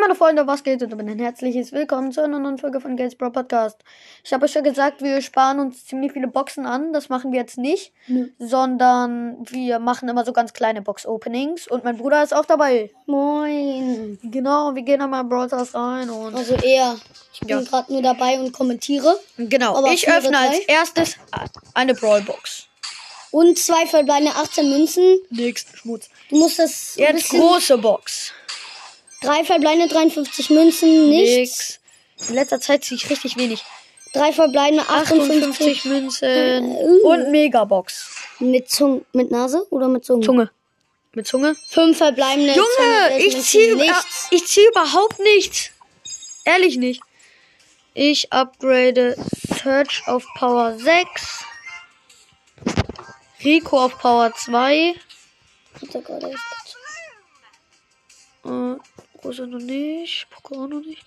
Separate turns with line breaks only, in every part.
meine Freunde, was geht? Und damit ein herzliches Willkommen zu einer neuen Folge von Gates Bro Podcast. Ich habe euch ja gesagt, wir sparen uns ziemlich viele Boxen an. Das machen wir jetzt nicht,
Nö.
sondern wir machen immer so ganz kleine Box-Openings. Und mein Bruder ist auch dabei.
Moin.
Genau, wir gehen einmal in Brawl Stars rein und.
Also er. Ich bin
Ja.
gerade nur dabei und kommentiere.
Genau,
Aber
ich
andere
öffne als
drei?
erstes eine Brawl-Box.
Und zwei verbleibende 18 Münzen.
Nächsten Schmutz.
Du musst das ein
Jetzt
bisschen...
große Box.
Drei verbleibende 53 Münzen. Nichts.
Nix. In letzter Zeit ziehe ich richtig wenig.
Drei verbleibende 58.
58 Münzen
Äh, uh.
und Megabox.
Mit, Zung mit Nase oder mit Zunge?
Zunge. Mit Zunge?
Fünf verbleibende
Junge,
211
ich Ah.
Münzen.
ziehe über,
Nichts.
ich zieh überhaupt nichts. Ehrlich nicht. Ich upgrade Search auf Power 6. Rico auf Power 2.
Oh Gott, er ist gut.
Äh, Rosa noch nicht. Poco auch noch nicht.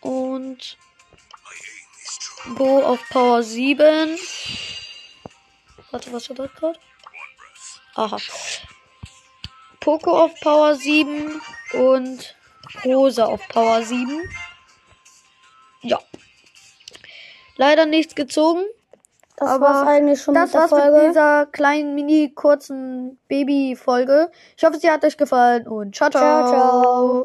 Und Bo auf Power 7. Warte, was war das gerade? Aha. Poco auf Power 7 und Rosa auf Power 7. Ja. Leider nichts gezogen.
Das
Aber
war's eigentlich schon
Das
mit der
war's
Folge.
mit dieser kleinen, mini, kurzen Baby-Folge. Ich hoffe, sie hat euch gefallen und ciao, ciao.
Ciao, ciao.